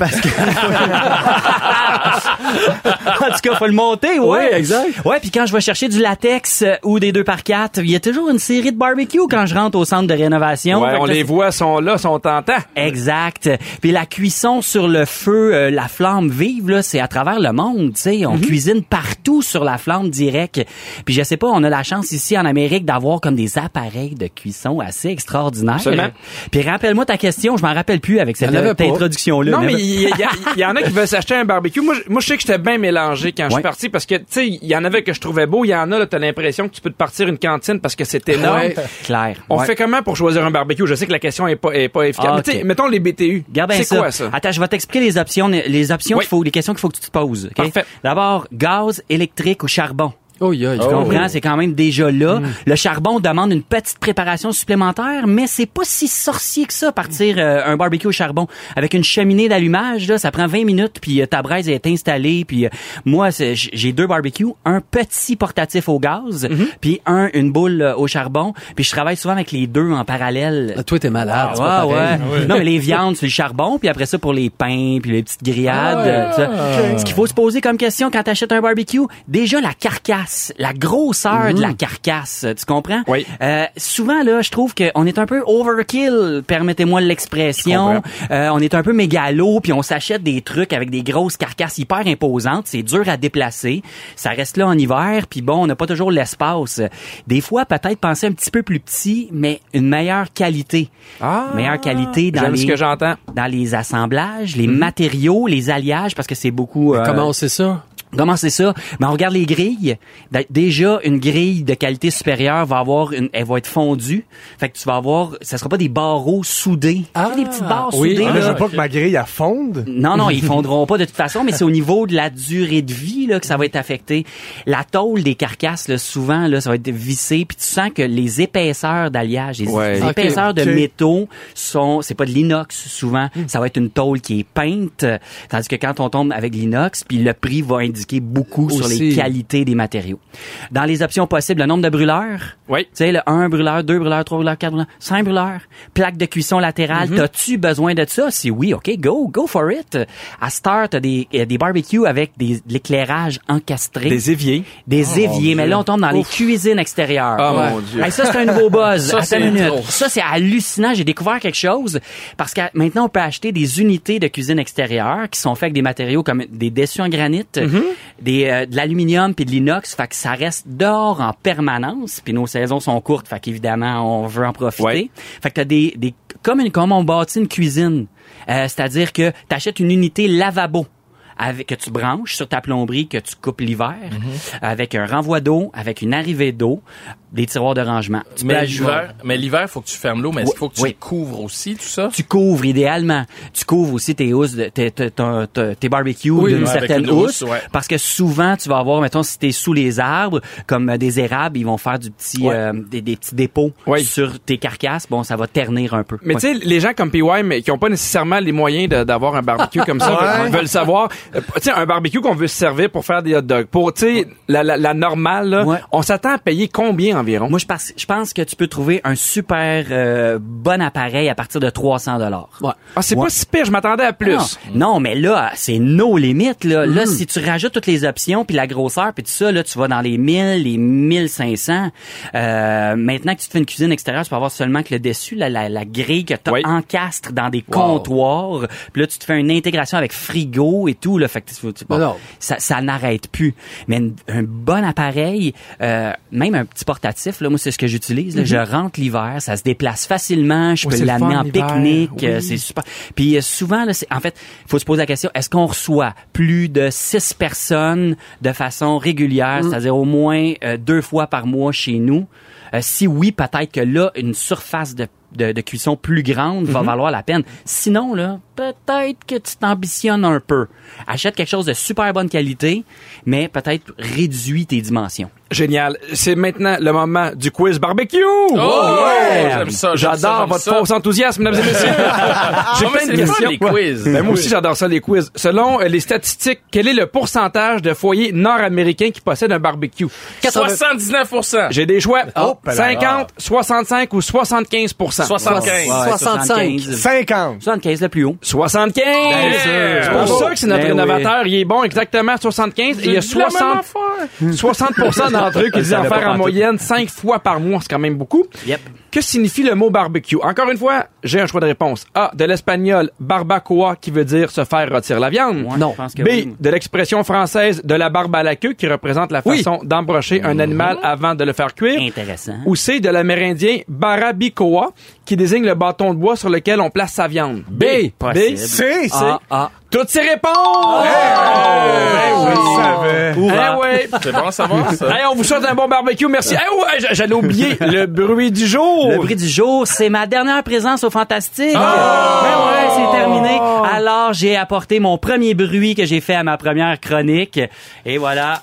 [SPEAKER 6] En tout cas, faut le monter, ouais.
[SPEAKER 2] Ouais, exact.
[SPEAKER 6] Ouais, puis quand je vais chercher du latex euh, ou des 2 par 4 il y a toujours une série de barbecue quand je rentre au centre de rénovation.
[SPEAKER 1] Ouais,
[SPEAKER 6] Fait que
[SPEAKER 1] on
[SPEAKER 6] là,
[SPEAKER 1] les voit, sont là, sont tentants.
[SPEAKER 6] Exact. Puis la cuisson sur le feu, euh, la flamme vive, là, c'est à travers le monde. Tu sais, on
[SPEAKER 2] Mhm.
[SPEAKER 6] cuisine partout sur la flamme directe. Puis je sais pas, on a la chance ici en Amérique d'avoir comme des appareils de cuisson assez extraordinaires.
[SPEAKER 1] Absolument.
[SPEAKER 6] Puis rappelle-moi ta question, je m'en rappelle plus avec cette
[SPEAKER 2] Il y en avait
[SPEAKER 6] euh,
[SPEAKER 2] pas.
[SPEAKER 6] introduction là.
[SPEAKER 1] Non, mais il y, il y a- il y en a qui veulent s'acheter un barbecue. Moi, je- moi, je sais que j'étais bien mélangé quand je suis
[SPEAKER 6] Ouais.
[SPEAKER 1] parti. aussi parce que tu sais, il y en avait que je trouvais beau, il y en a là, t'as l'impression que tu peux te partir une cantine parce que c'est énorme.
[SPEAKER 2] Ouais.
[SPEAKER 6] Claire.
[SPEAKER 1] On
[SPEAKER 6] ouais.
[SPEAKER 1] fait comment pour choisir un barbecue Je sais que la question est pas est pas efficace.
[SPEAKER 6] Ah,
[SPEAKER 1] Mais tu sais,
[SPEAKER 6] ok.
[SPEAKER 1] mettons les BTU.
[SPEAKER 6] Regarde bien
[SPEAKER 1] C'est
[SPEAKER 6] ça.
[SPEAKER 1] quoi ça
[SPEAKER 6] Attends, je vais t'expliquer les options, les options
[SPEAKER 1] Oui.
[SPEAKER 6] qu'il faut, les questions qu'il faut que tu te poses. ok?
[SPEAKER 1] Parfait.
[SPEAKER 6] D'abord, gaz, électrique ou charbon.
[SPEAKER 2] Oh, Mm. yeah,
[SPEAKER 6] Tu comprends, c'est quand même déjà là. Le charbon demande une petite préparation supplémentaire, mais c'est pas si sorcier que ça partir euh, un barbecue au charbon avec une cheminée d'allumage là, ça prend 20 minutes puis euh, ta braise est installée puis euh, moi c'est- j- j'ai deux barbecues, un petit portatif au gaz
[SPEAKER 1] Mm-hmm.
[SPEAKER 6] puis un une boule euh, au charbon, puis je travaille souvent avec les deux en parallèle.
[SPEAKER 2] Ah, Toi, t'es malade. c'est
[SPEAKER 6] Ah,
[SPEAKER 2] pas
[SPEAKER 6] ouais,
[SPEAKER 2] pareil.
[SPEAKER 6] ouais. Non, mais les viandes, c'est le charbon, puis après ça, pour les pains, puis les petites grillades. euh, tu sais. Ce qu'il faut se poser comme question quand t'achètes un barbecue, déjà la carcasse, la grosseur de la
[SPEAKER 2] Mm-hmm.
[SPEAKER 6] carcasse, tu comprends?
[SPEAKER 1] Oui.
[SPEAKER 6] Euh, souvent, là, je trouve qu'on est un peu overkill, permettez-moi l'expression. Euh, on est un peu mégalo, puis on s'achète des trucs avec des grosses carcasses hyper imposantes. C'est dur à déplacer. Ça reste là en hiver, puis bon, on n'a pas toujours l'espace. Des fois, peut-être penser un petit peu plus petit, mais une meilleure qualité.
[SPEAKER 1] Ah,
[SPEAKER 6] meilleure qualité dans
[SPEAKER 1] J'aime
[SPEAKER 6] les,
[SPEAKER 1] ce que Mhm. j'entends.
[SPEAKER 6] dans les assemblages, les matériaux, les alliages, parce que c'est beaucoup... euh,
[SPEAKER 2] Comment on sait ça?
[SPEAKER 6] Comment c'est ça? Ben, on regarde les grilles. D'a- Déjà, une grille de qualité supérieure va avoir une, elle va être fondue. Fait que tu vas avoir, ça sera pas des barreaux soudés.
[SPEAKER 2] Ah,
[SPEAKER 6] Tu sais, des petites barres
[SPEAKER 2] oui.
[SPEAKER 6] soudées,
[SPEAKER 2] Ah,
[SPEAKER 4] Mais
[SPEAKER 6] là.
[SPEAKER 4] je veux pas que ma grille, elle fonde.
[SPEAKER 6] Non, non, ils fondront pas de toute façon, mais c'est au niveau de la durée de vie là, que ça va être affecté. La tôle des carcasses, là, souvent, là, ça va être vissé, puis tu sens que les épaisseurs d'alliage, les,
[SPEAKER 1] Ouais.
[SPEAKER 6] les
[SPEAKER 2] Ok, Hmm.
[SPEAKER 6] épaisseurs de
[SPEAKER 4] ok.
[SPEAKER 6] métaux sont, c'est pas de l'inox souvent, ça va être une tôle qui est peinte, tandis que quand on tombe avec l'inox, puis le prix va indiquer beaucoup sur les
[SPEAKER 2] Aussi.
[SPEAKER 6] qualités des matériaux. Dans les options possibles, le nombre de brûleurs,
[SPEAKER 1] Oui.
[SPEAKER 6] tu sais, le 1 brûleur, 2 brûleurs, 3 brûleurs, 4 brûleurs, 5 brûleurs, plaque de cuisson latérale, t'as-tu besoin de ça? Si oui, OK, go, go for it. À Star, t'as des, euh, des barbecues avec des, de l'éclairage encastré. Des,
[SPEAKER 1] Des éviers.
[SPEAKER 6] éviers, mais là, on tombe dans les cuisines extérieures.
[SPEAKER 1] Ah, mon Dieu.
[SPEAKER 6] Hey, ça, c'est un nouveau buzz.
[SPEAKER 3] Ça,
[SPEAKER 6] Attends
[SPEAKER 3] c'est
[SPEAKER 6] une minute.
[SPEAKER 3] trop.
[SPEAKER 6] Ça, c'est hallucinant. J'ai découvert quelque chose parce que maintenant, on peut acheter des unités de cuisine extérieure qui sont faites avec des matériaux comme des déçus en granit,
[SPEAKER 3] Mhm.
[SPEAKER 6] des, euh, de l'aluminium puis de l'inox. Fait que ça reste dehors en permanence. Puis nos saisons sont courtes. Fait qu'évidemment, on veut en profiter.
[SPEAKER 1] Ouais.
[SPEAKER 6] Fait que t'as des, des comme, une, comme on bâtit une cuisine. Euh, C'est-à-dire que t'achètes une unité lavabo avec, que tu branches sur ta plomberie, que tu coupes l'hiver,
[SPEAKER 3] Mhm.
[SPEAKER 6] avec un renvoi d'eau, avec une arrivée d'eau, des tiroirs de rangement. Tu peux
[SPEAKER 3] Mais
[SPEAKER 6] ajouter-
[SPEAKER 3] l'hiver, mais l'hiver, faut que tu fermes l'eau, mais est-ce qu'il faut que tu
[SPEAKER 6] Oui.
[SPEAKER 3] couvres aussi tout ça?
[SPEAKER 6] tu couvres idéalement. Tu couvres aussi tes housses, de, tes, tes, ton- ton- tes barbecues d'une
[SPEAKER 3] ouais, avec
[SPEAKER 6] certaine
[SPEAKER 3] une
[SPEAKER 6] housse,
[SPEAKER 3] housse, ouais.
[SPEAKER 6] parce que souvent tu vas avoir, mettons, si t'es sous les arbres, comme euh, des érables, ils vont faire du petit,
[SPEAKER 1] Ouais.
[SPEAKER 6] euh, des, des petits dépôts
[SPEAKER 1] Ouais.
[SPEAKER 6] sur tes carcasses. Bon, ça va ternir un peu.
[SPEAKER 1] Mais
[SPEAKER 6] Ouais.
[SPEAKER 1] tu sais, les gens comme PY, mais qui ont pas nécessairement les moyens de- d'avoir un barbecue comme
[SPEAKER 6] [LAUGHS]
[SPEAKER 1] ça, veulent- veulent savoir. euh, Tu sais, un barbecue qu'on veut se servir pour faire des hot dogs. Pour, tu sais, la, la, la normale, là,
[SPEAKER 6] Ouais.
[SPEAKER 1] on s'attend à payer combien environ?
[SPEAKER 6] Moi, je pense, je pense que tu peux trouver un super euh, bon appareil à partir de 300 dollars.
[SPEAKER 2] Ouais.
[SPEAKER 1] Ah, c'est pas si pire, je m'attendais à plus. Mm.
[SPEAKER 6] Non, Ah. Mm. non, mais là, c'est nos limites. Là. là, si tu rajoutes toutes les options, puis la grosseur, puis tout ça, là, tu vas dans les 1000, les 1500. Euh, maintenant que tu te fais une cuisine extérieure, tu peux avoir seulement que le dessus, la, la, la grille que tu
[SPEAKER 1] Oui.
[SPEAKER 6] encastres dans des comptoirs. Puis là, tu te fais une intégration avec frigo et tout. Là, fait que tu- tu- bon,
[SPEAKER 2] Mais non.
[SPEAKER 6] ça, ça n'arrête plus. Mais une- un bon appareil, euh, même un petit portatif, là, moi, c'est ce que j'utilise. là. Je rentre l'hiver, ça se déplace facilement. Je
[SPEAKER 1] Oui, Mhm. Oh, c'est
[SPEAKER 6] peux
[SPEAKER 1] le
[SPEAKER 6] l'amener
[SPEAKER 1] fun,
[SPEAKER 6] en
[SPEAKER 1] l'hiver.
[SPEAKER 6] pique-nique.
[SPEAKER 1] Oui.
[SPEAKER 6] euh, c'est super. Puis euh, souvent, là, c'est- en fait, il faut se poser la question, est-ce qu'on reçoit plus de six personnes de façon régulière,
[SPEAKER 1] Mm.
[SPEAKER 6] c'est-à-dire au moins euh, deux fois par mois chez nous? Euh, si oui, peut-être que là, une surface de, de, de cuisson plus grande va valoir la peine. Sinon, là, peut-être que tu t'ambitionnes un peu. Achète quelque chose de super bonne qualité, mais peut-être réduis tes dimensions.
[SPEAKER 1] Génial. C'est maintenant le moment du quiz barbecue.
[SPEAKER 3] Oh, ouais! J'aime ça, j'aime ça,
[SPEAKER 1] J'adore
[SPEAKER 3] j'aime
[SPEAKER 1] votre
[SPEAKER 3] ça.
[SPEAKER 1] faux enthousiasme, mesdames et
[SPEAKER 3] [LAUGHS]
[SPEAKER 1] messieurs. J'ai
[SPEAKER 3] Non, mais
[SPEAKER 1] plein
[SPEAKER 3] c'est
[SPEAKER 1] de
[SPEAKER 3] le fun,
[SPEAKER 1] questions.
[SPEAKER 3] les quiz.
[SPEAKER 1] Ben, moi aussi, j'adore ça, les quiz. Selon euh, les statistiques, quel est le pourcentage de foyers nord-américains qui possèdent un barbecue?
[SPEAKER 3] 79
[SPEAKER 1] J'ai des choix.
[SPEAKER 4] Hop là.
[SPEAKER 1] 50, 65 ou 75
[SPEAKER 3] 75.
[SPEAKER 2] 65.
[SPEAKER 4] 50.
[SPEAKER 6] 75 le plus haut.
[SPEAKER 1] 75!
[SPEAKER 3] sûr.
[SPEAKER 1] C'est pour
[SPEAKER 4] Bravo.
[SPEAKER 1] ça que c'est notre
[SPEAKER 2] Ben oui.
[SPEAKER 1] innovateur. Il est bon exactement à 75. Et il y a 60, 60 d'entre eux qui disent en
[SPEAKER 6] savais pas
[SPEAKER 1] faire en
[SPEAKER 6] pantoute.
[SPEAKER 1] moyenne 5 fois par mois. C'est quand même beaucoup.
[SPEAKER 6] Yep.
[SPEAKER 1] Que signifie le mot barbecue? Encore une fois, j'ai un choix de réponse. A. De l'espagnol barbacoa qui veut dire se faire retirer la viande.
[SPEAKER 6] Ouais,
[SPEAKER 2] Non.
[SPEAKER 6] je pense que oui.
[SPEAKER 1] B. De l'expression française de la barbe à la queue qui représente la
[SPEAKER 2] Oui.
[SPEAKER 1] façon d'embrocher un animal avant de le faire cuire.
[SPEAKER 6] Mm-hmm. Intéressant.
[SPEAKER 1] Ou C. De l'amérindien barabicoa qui désigne le bâton de bois sur lequel on place sa viande. B.
[SPEAKER 6] Possible.
[SPEAKER 4] C'est, c'est.
[SPEAKER 6] Ah, ah.
[SPEAKER 1] Toutes ces réponses!
[SPEAKER 4] Ben oui, je savais.
[SPEAKER 1] Eh ouais.
[SPEAKER 3] C'est bon à savoir, ça.
[SPEAKER 6] Hein?
[SPEAKER 1] Hey, on vous souhaite un bon barbecue, merci. Hey, ouais, j- j'allais oublier
[SPEAKER 6] [LAUGHS]
[SPEAKER 1] le bruit du jour.
[SPEAKER 6] Le bruit du jour, c'est ma dernière présence au Fantastique. Ben ouais, c'est terminé. Alors, j'ai apporté mon premier bruit que j'ai fait à ma première chronique. Et voilà.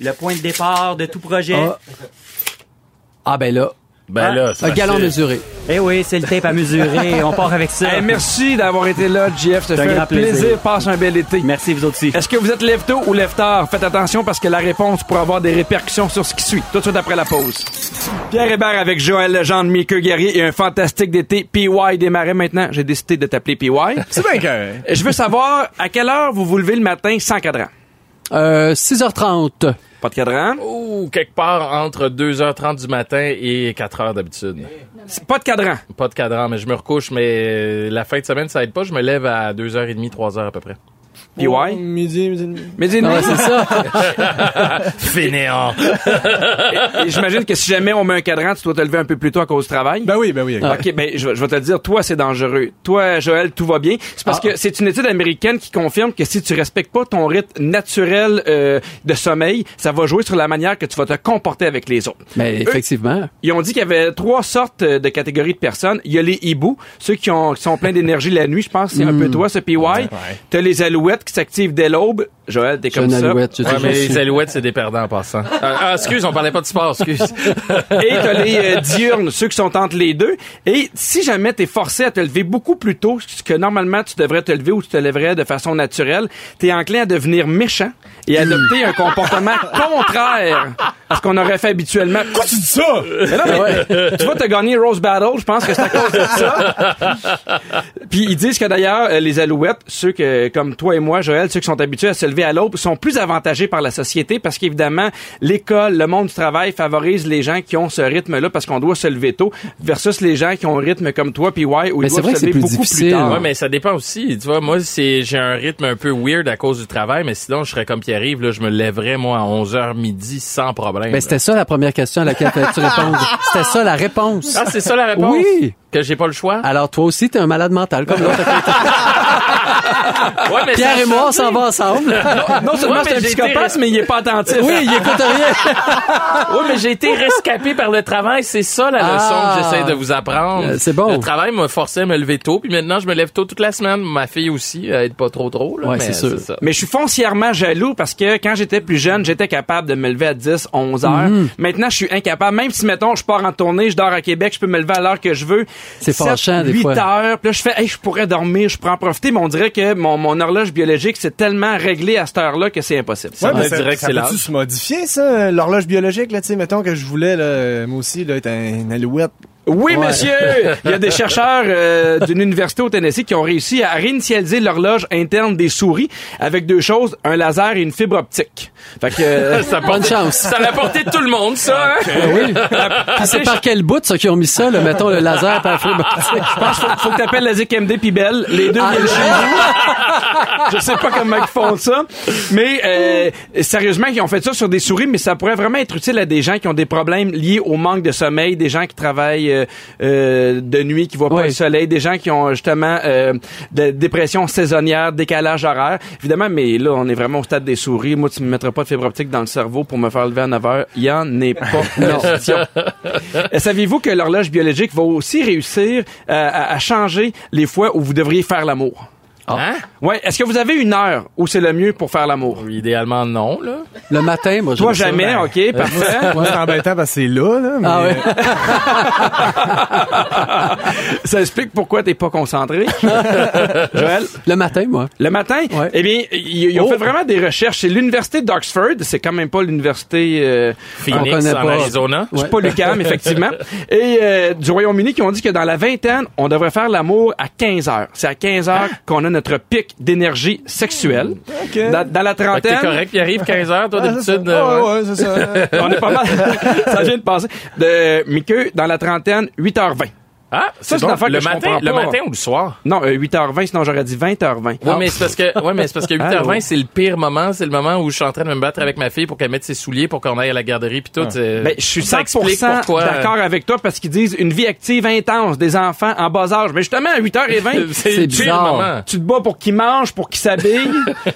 [SPEAKER 6] Le point de départ de tout projet.
[SPEAKER 2] Ah ben là,
[SPEAKER 3] [LAUGHS] Ben là,
[SPEAKER 2] un
[SPEAKER 3] c'est
[SPEAKER 2] galon
[SPEAKER 3] facile.
[SPEAKER 2] mesuré.
[SPEAKER 6] Eh oui, c'est le tape à mesurer. On part avec ça.
[SPEAKER 1] Hey, merci d'avoir été là, JF. Ça
[SPEAKER 6] un
[SPEAKER 1] fait
[SPEAKER 6] grand
[SPEAKER 1] un plaisir.
[SPEAKER 6] plaisir.
[SPEAKER 1] Passe un bel été.
[SPEAKER 6] Merci, vous aussi.
[SPEAKER 1] Est-ce que vous êtes lève tôt ou lève tard? Faites attention parce que la réponse pourrait avoir des répercussions sur ce qui suit. Tout de suite après la pause. Pierre Hébert avec Joël Legendre, Mickey Guerrier et un fantastique d'été. PY démarrait maintenant. J'ai décidé de t'appeler PY.
[SPEAKER 6] [LAUGHS]
[SPEAKER 4] C'est bien correct.
[SPEAKER 1] Je veux savoir à quelle heure vous vous levez le matin sans cadran.
[SPEAKER 2] Euh, 6h30.
[SPEAKER 1] Pas de cadran.
[SPEAKER 3] Ouh, quelque part entre 2h30 du matin et 4h d'habitude.
[SPEAKER 1] C'est Pas de cadran.
[SPEAKER 3] Pas de cadran, mais je me recouche, mais la fin de semaine, ça aide pas. Je me lève à 2h30, 3h à peu près.
[SPEAKER 1] PY.
[SPEAKER 6] Oh.
[SPEAKER 4] Midi, midi, et demi.
[SPEAKER 1] Mais dis-nous.
[SPEAKER 2] Ah, Ouais, c'est ça.
[SPEAKER 3] Fainéant!
[SPEAKER 1] Et J'imagine que si jamais on met un cadran, tu dois te lever un peu plus tôt à cause du travail.
[SPEAKER 4] Ben oui, ben oui.
[SPEAKER 7] Ah,
[SPEAKER 4] exact.
[SPEAKER 1] OK, ben, je, vais- je vais te le dire, toi, c'est dangereux. Toi, Joël, tout va bien. C'est parce que c'est une étude américaine qui confirme que si tu respectes pas ton rythme naturel euh, de sommeil, ça va jouer sur la manière que tu vas te comporter avec les autres.
[SPEAKER 2] Mais
[SPEAKER 1] Eux,
[SPEAKER 2] effectivement.
[SPEAKER 1] ils ont dit qu'il y avait trois sortes euh, de catégories de personnes. Il y a les hiboux, ceux qui, ont, qui sont pleins d'énergie la nuit, je pense que c'est un peu toi, ce PY. T'as les alouettes qui s'activent dès l'aube. Joël, t'es
[SPEAKER 2] J'ai
[SPEAKER 1] comme
[SPEAKER 2] une
[SPEAKER 1] ça.
[SPEAKER 2] alouette, j'ai
[SPEAKER 3] Ouais,
[SPEAKER 2] toujours
[SPEAKER 3] mais
[SPEAKER 2] su.
[SPEAKER 3] les alouettes, c'est des perdants en passant. Ah, ah, excuse, on parlait pas de sport, excuse.
[SPEAKER 1] et t'as les euh, diurnes, ceux qui sont entre les deux. Et si jamais t'es forcé à te lever beaucoup plus tôt ce que normalement tu devrais te lever ou tu te lèverais de façon naturelle, t'es enclin à devenir méchant et adopter un comportement [LAUGHS] contraire à ce qu'on aurait fait habituellement.
[SPEAKER 4] Pourquoi tu dis ça?
[SPEAKER 1] Mais
[SPEAKER 2] [LAUGHS]
[SPEAKER 1] non, mais tu vas te gagner Rose Battle, je pense que c'est à cause de
[SPEAKER 2] [LAUGHS]
[SPEAKER 1] ça. Puis ils disent que d'ailleurs, euh, les alouettes, ceux que, comme toi et moi, Joël, ceux qui sont habitués à se lever à l'aube, sont plus avantagés par la société parce qu'évidemment, l'école, le monde du travail favorise les gens qui ont ce rythme-là parce qu'on doit se lever tôt versus les gens qui ont un rythme comme toi, puis ouais, où
[SPEAKER 2] Mais
[SPEAKER 1] ils
[SPEAKER 2] c'est
[SPEAKER 1] doivent
[SPEAKER 2] vrai que
[SPEAKER 1] se
[SPEAKER 2] c'est
[SPEAKER 1] lever
[SPEAKER 2] plus
[SPEAKER 1] beaucoup plus
[SPEAKER 2] difficile.
[SPEAKER 1] tard.
[SPEAKER 3] Ouais, mais ça dépend aussi. Tu vois, moi, c'est, j'ai un rythme un peu weird à cause du travail, mais sinon, je serais comme Pierre-Yves, là, je me lèverais, moi, à 11h midi sans problème.
[SPEAKER 2] Ben, c'était ça la première question à laquelle fallait que tu réponds. C'était ça la réponse.
[SPEAKER 3] ah, c'est ça la réponse?
[SPEAKER 2] Oui.
[SPEAKER 3] Que j'ai pas le choix?
[SPEAKER 2] Alors toi aussi, t'es un malade mental comme l'autre.
[SPEAKER 3] Ouais, mais
[SPEAKER 2] Ah, Pierre
[SPEAKER 3] ça-
[SPEAKER 2] et moi, on s'en va ensemble.
[SPEAKER 1] Non seulement
[SPEAKER 3] Ouais, mais
[SPEAKER 1] c'est un
[SPEAKER 3] j'ai été
[SPEAKER 1] psychopathe,
[SPEAKER 3] res-
[SPEAKER 1] mais il est pas attentif.
[SPEAKER 2] Oui, il écoute rien.
[SPEAKER 3] Oui, mais j'ai été rescapé par le travail. C'est ça la
[SPEAKER 2] Ah.
[SPEAKER 3] leçon que j'essaie de vous apprendre.
[SPEAKER 2] Euh, c'est bon.
[SPEAKER 3] Le travail m'a forcé à me lever tôt, puis maintenant je me lève tôt toute la semaine. Ma fille aussi, à être pas trop trop. Là,
[SPEAKER 2] Ouais,
[SPEAKER 3] mais
[SPEAKER 2] c'est sûr.
[SPEAKER 3] ça.
[SPEAKER 1] Mais je suis foncièrement jaloux parce que quand j'étais plus jeune, j'étais capable de me lever à 10, 11 heures.
[SPEAKER 2] Mhm.
[SPEAKER 1] Maintenant, je suis incapable. Même si, mettons, je pars en tournée, je dors à Québec, je peux me lever à l'heure que je veux.
[SPEAKER 2] C'est
[SPEAKER 1] Sept,
[SPEAKER 2] fâchant, des
[SPEAKER 1] huit
[SPEAKER 2] fois.
[SPEAKER 1] heures. Puis là, je fais, hey, je pourrais dormir, je pourrais en profiter. Mais on dirait que mon, mon horloge biologique s'est tellement réglé à cette heure-là que c'est impossible.
[SPEAKER 4] Ouais, mais
[SPEAKER 3] on dirait
[SPEAKER 4] ça,
[SPEAKER 3] que c'est
[SPEAKER 4] ça peut-tu
[SPEAKER 3] l'âge.
[SPEAKER 4] se modifier, ça, l'horloge biologique, là, tu sais, mettons que je voulais, là, euh, moi aussi, là, être un, une alouette.
[SPEAKER 1] Oui,
[SPEAKER 2] [LAUGHS]
[SPEAKER 1] monsieur! Il y a des chercheurs euh, d'une université au Tennessee qui ont réussi à réinitialiser l'horloge interne des souris avec deux choses, un laser et une fibre optique. Fait que...
[SPEAKER 2] [LAUGHS]
[SPEAKER 1] euh,
[SPEAKER 3] Ça
[SPEAKER 2] Bonne chance.
[SPEAKER 3] Ça l'a porté tout le monde, ça. hein?
[SPEAKER 2] oui. Puis c'est par quel bout, ceux qui ont mis ça, là, mettons le laser par feu.
[SPEAKER 1] Je pense qu'il faut, faut que t'appelles la ZKMD puis Belle. Les deux viennent chez nous. Je sais pas comment ils font ça. Mais euh, sérieusement, ils ont fait ça sur des souris, mais ça pourrait vraiment être utile à des gens qui ont des problèmes liés au manque de sommeil, des gens qui travaillent euh, euh, de nuit, qui voient pas
[SPEAKER 2] Oui.
[SPEAKER 1] le soleil, des gens qui ont justement euh, de dépression saisonnière, décalage horaire. Évidemment, mais là, on est vraiment au stade des souris. Moi, tu me mettras pas de fibre optique dans le cerveau pour me faire lever à 9 heures. Il y en est pas question. Euh, Saviez-vous que l'horloge biologique va aussi réussir euh, à, à changer les fois où vous devriez faire l'amour?
[SPEAKER 3] Hein?
[SPEAKER 1] Ouais, est-ce que vous avez une heure où c'est le mieux pour faire l'amour?
[SPEAKER 3] Oui, Idéalement, non, là.
[SPEAKER 2] Le matin, moi, je
[SPEAKER 1] Toi
[SPEAKER 2] dis ça. ben, euh,
[SPEAKER 1] jamais, ok, parfait.
[SPEAKER 4] Moi, c'est embêtant parce que c'est là, là, mais...
[SPEAKER 2] Ah ouais. [LAUGHS]
[SPEAKER 1] Ça explique pourquoi t'es pas
[SPEAKER 2] [LAUGHS]
[SPEAKER 1] concentré. Joël?
[SPEAKER 2] Le matin, moi.
[SPEAKER 1] Le matin,
[SPEAKER 2] Ouais.
[SPEAKER 1] eh bien, ils, ils ont
[SPEAKER 2] Oh.
[SPEAKER 1] fait vraiment des recherches. C'est l'université d'Oxford, c'est quand même pas l'université euh,
[SPEAKER 2] On
[SPEAKER 3] Phoenix,
[SPEAKER 2] connaît
[SPEAKER 3] en
[SPEAKER 2] pas.
[SPEAKER 3] Arizona.
[SPEAKER 1] C'est pas Lucam,
[SPEAKER 3] [LAUGHS]
[SPEAKER 1] effectivement. Et
[SPEAKER 3] Ah!
[SPEAKER 1] euh, du Royaume-Uni qui ont dit que dans la vingtaine, on devrait faire l'amour à 15 heures. C'est à 15 heures qu'on a notre notre pic d'énergie sexuelle.
[SPEAKER 4] OK.
[SPEAKER 1] Dans, dans la
[SPEAKER 3] Fait que t'es
[SPEAKER 1] trentaine,
[SPEAKER 3] correct, il arrive 15h, toi,
[SPEAKER 4] Ah, c'est ça.
[SPEAKER 3] d'habitude.
[SPEAKER 4] Ouais,
[SPEAKER 3] euh, ouais.
[SPEAKER 4] ouais, c'est ça. Euh,
[SPEAKER 1] on est pas
[SPEAKER 3] [LAUGHS]
[SPEAKER 1] mal. ça vient de passer. De Mickey, dans la trentaine, 8h20.
[SPEAKER 3] Ah,
[SPEAKER 1] Ça, c'est
[SPEAKER 3] bon.
[SPEAKER 1] une affaire que
[SPEAKER 3] le
[SPEAKER 1] je
[SPEAKER 3] matin,
[SPEAKER 1] comprends
[SPEAKER 3] le
[SPEAKER 1] pas.
[SPEAKER 3] matin ou le soir?
[SPEAKER 1] Non, euh, 8h20, sinon j'aurais dit 20h20.
[SPEAKER 3] Oui, mais c'est parce que, ouais, mais c'est parce que
[SPEAKER 1] Allô?
[SPEAKER 3] 8h20, c'est le pire moment. C'est le moment où je suis en train de me battre avec ma fille pour qu'elle mette ses souliers pour qu'on aille à la garderie puis tout. euh,
[SPEAKER 1] Ben, je suis
[SPEAKER 3] ça
[SPEAKER 1] 100%
[SPEAKER 3] explique pourquoi. euh,
[SPEAKER 1] d'accord avec toi parce qu'ils disent une vie active intense des enfants en bas âge. Mais justement, à 8h20,
[SPEAKER 3] [LAUGHS]
[SPEAKER 2] C'est
[SPEAKER 3] C'est le pire
[SPEAKER 2] bizarre.
[SPEAKER 3] moment.
[SPEAKER 1] tu te bats pour qu'ils mangent, pour qu'ils
[SPEAKER 3] [LAUGHS]
[SPEAKER 1] s'habillent.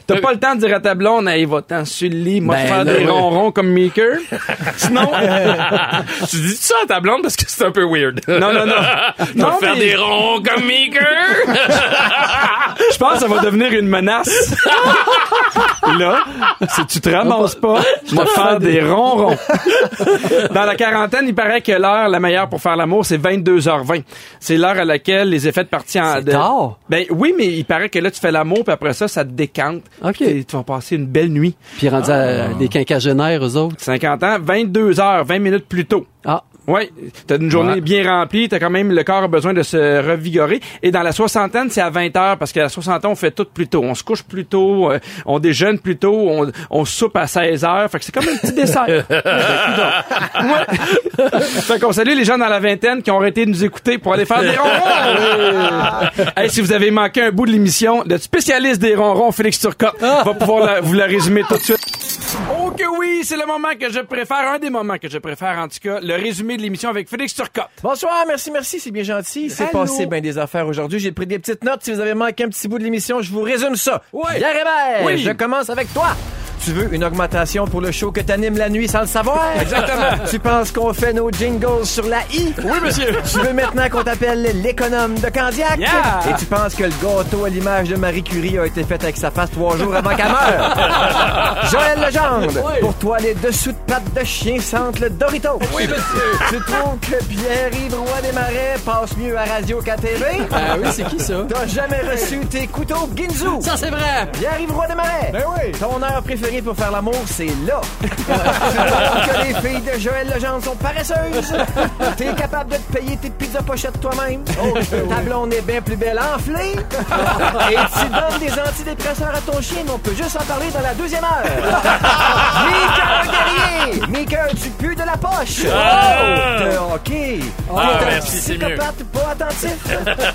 [SPEAKER 1] T'as pas le temps de dire à ta blonde, hey, va-t'en sur le lit, moi,
[SPEAKER 2] Ben
[SPEAKER 1] faire
[SPEAKER 2] là,
[SPEAKER 1] des
[SPEAKER 2] ouais.
[SPEAKER 1] ronrons comme Maker. Sinon,
[SPEAKER 3] [LAUGHS] Tu dis ça à ta blonde parce que c'est un peu weird.
[SPEAKER 1] non, non,
[SPEAKER 3] [LAUGHS]
[SPEAKER 1] non.
[SPEAKER 3] Non,
[SPEAKER 1] Non,
[SPEAKER 3] faire
[SPEAKER 1] mais-
[SPEAKER 3] des ronds comme Meeker. [LAUGHS]
[SPEAKER 1] Je pense que ça va devenir une
[SPEAKER 2] [LAUGHS]
[SPEAKER 1] menace. Là, si tu te ramasses pas, tu vas te faire des ronrons. Dans la quarantaine, il paraît que l'heure la meilleure pour faire l'amour, c'est 22h20. C'est l'heure à laquelle les effets de partie en...
[SPEAKER 2] C'est
[SPEAKER 1] de-
[SPEAKER 2] tard.
[SPEAKER 1] Ben oui, mais il paraît que là, tu fais l'amour, puis après ça, ça te décante.
[SPEAKER 2] OK.
[SPEAKER 1] Puis Tu vas passer une belle nuit.
[SPEAKER 2] Puis rendu à
[SPEAKER 1] Ah.
[SPEAKER 2] des quinquagénaires, eux autres.
[SPEAKER 1] 50 ans, 22h, 20 minutes plus tôt.
[SPEAKER 2] Ah,
[SPEAKER 1] Oui, t'as une journée
[SPEAKER 3] Ouais.
[SPEAKER 1] bien remplie, t'as quand même le corps a besoin de se revigorer. Et dans la soixantaine, c'est à 20 heures parce qu'à la soixantaine, on fait tout plus tôt. On se couche plus tôt, euh, on déjeune plus tôt, on, on soupe à 16 heures. Fait que c'est comme un petit dessert. Ben, coudonc. Ouais. fait qu'on salue les gens dans la vingtaine qui ont arrêté de nous écouter pour aller faire des ronrons. Hey, si vous avez manqué un bout de l'émission, le spécialiste des ronrons, Félix Turcotte, va pouvoir la- vous la résumer tout de suite. Oh que oui, c'est le moment que je préfère, un des moments que je préfère en tout cas, le résumé de l'émission avec Félix Turcotte.
[SPEAKER 7] [LAUGHS] Bonsoir, merci, merci, c'est bien gentil. C'est
[SPEAKER 1] Allô?
[SPEAKER 7] passé bien des affaires aujourd'hui. J'ai pris des petites notes. Si vous avez manqué un petit bout de l'émission, je vous résume ça.
[SPEAKER 1] Ouais.
[SPEAKER 7] Pierre Hébert,
[SPEAKER 1] Oui.
[SPEAKER 7] je commence avec toi. Tu veux une augmentation pour le show que t'animes la nuit sans le savoir? Exactement. Tu penses qu'on fait nos jingles sur la I?
[SPEAKER 1] Oui, monsieur.
[SPEAKER 7] Tu veux maintenant qu'on t'appelle l'économe de Candiac?
[SPEAKER 1] Yeah!
[SPEAKER 4] Ah.
[SPEAKER 2] [LAUGHS]
[SPEAKER 7] Et tu penses que le gâteau à l'image de Marie Curie a été fait avec sa face trois jours avant
[SPEAKER 4] [LAUGHS]
[SPEAKER 7] qu'elle meure? Joël Legendre, pour toi, les dessous de pattes de chien sentent le Dorito. Oui, monsieur. Tu trouves que Pierre-Yves Roy Desmarais passe mieux à Radio KTV?
[SPEAKER 2] ah oui, c'est qui ça?
[SPEAKER 7] T'as jamais reçu tes couteaux Ginzu?
[SPEAKER 2] Ça, c'est vrai!
[SPEAKER 7] Pierre-Yves Roy Desmarais!
[SPEAKER 4] Ben oui.
[SPEAKER 7] Ton heure préférée pour faire l'amour, c'est là. [LAUGHS] tu penses que les filles de Joël Legendre sont paresseuses. T'es capable de te payer tes pizzas pochettes toi-même. ta blonde est bien plus belle enflée. Et tu donnes des antidépresseurs à ton chien, mais on peut juste en parler dans la deuxième heure. Mika Guerrier! Mika, tu pues de la poche. Oh! T'es hockey. T'es un
[SPEAKER 3] Ah, merci, c'est mieux.
[SPEAKER 7] psychopathe pas attentif.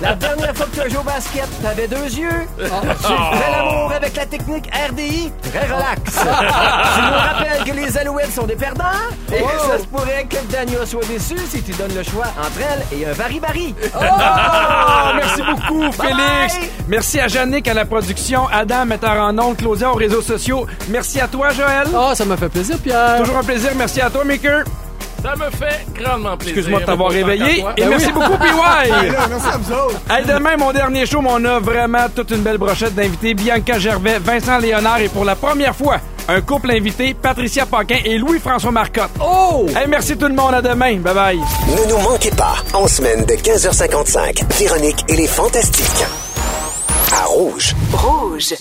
[SPEAKER 3] [LAUGHS]
[SPEAKER 7] La dernière fois que tu as joué au basket, t'avais deux yeux.
[SPEAKER 3] Ah.
[SPEAKER 7] Tu fais l'amour avec la technique RDI, très relax.
[SPEAKER 3] [LAUGHS] Ah.
[SPEAKER 7] tu nous rappelles que les Alouettes sont des perdants et que
[SPEAKER 3] Oh.
[SPEAKER 7] ça se pourrait que Daniel soit déçu si tu donnes le choix entre elle et un varibari.
[SPEAKER 3] Oh.
[SPEAKER 7] [LAUGHS]
[SPEAKER 1] Ah, merci beaucoup, Félix.
[SPEAKER 7] bye.
[SPEAKER 1] Merci à Jannick à la production, Adam, metteur en ondes, Claudia aux réseaux sociaux. Merci à toi, Joël.
[SPEAKER 2] Ah, ça m'a fait plaisir, Pierre!
[SPEAKER 1] Toujours un plaisir. Merci à toi, Maker.
[SPEAKER 3] Ça me fait grandement plaisir.
[SPEAKER 1] Excuse-moi de t'avoir
[SPEAKER 3] Autant
[SPEAKER 1] réveillé.
[SPEAKER 3] qu'à toi. Ben
[SPEAKER 1] Et merci beaucoup,
[SPEAKER 4] [LAUGHS]
[SPEAKER 1] PY.
[SPEAKER 4] là, Merci à vous autres.
[SPEAKER 1] Hey, demain, mon dernier show, mais on a vraiment toute une belle brochette d'invités. Bianca Gervais, Vincent Léonard et pour la première fois, un couple invité, Patricia Paquin et Louis-François Marcotte. Oh! Hey, merci tout le monde. À demain. Bye bye.
[SPEAKER 5] Ne nous manquez pas, en semaine de 15h55, Véronique et les Fantastiques. À Rouge.
[SPEAKER 8] Rouge.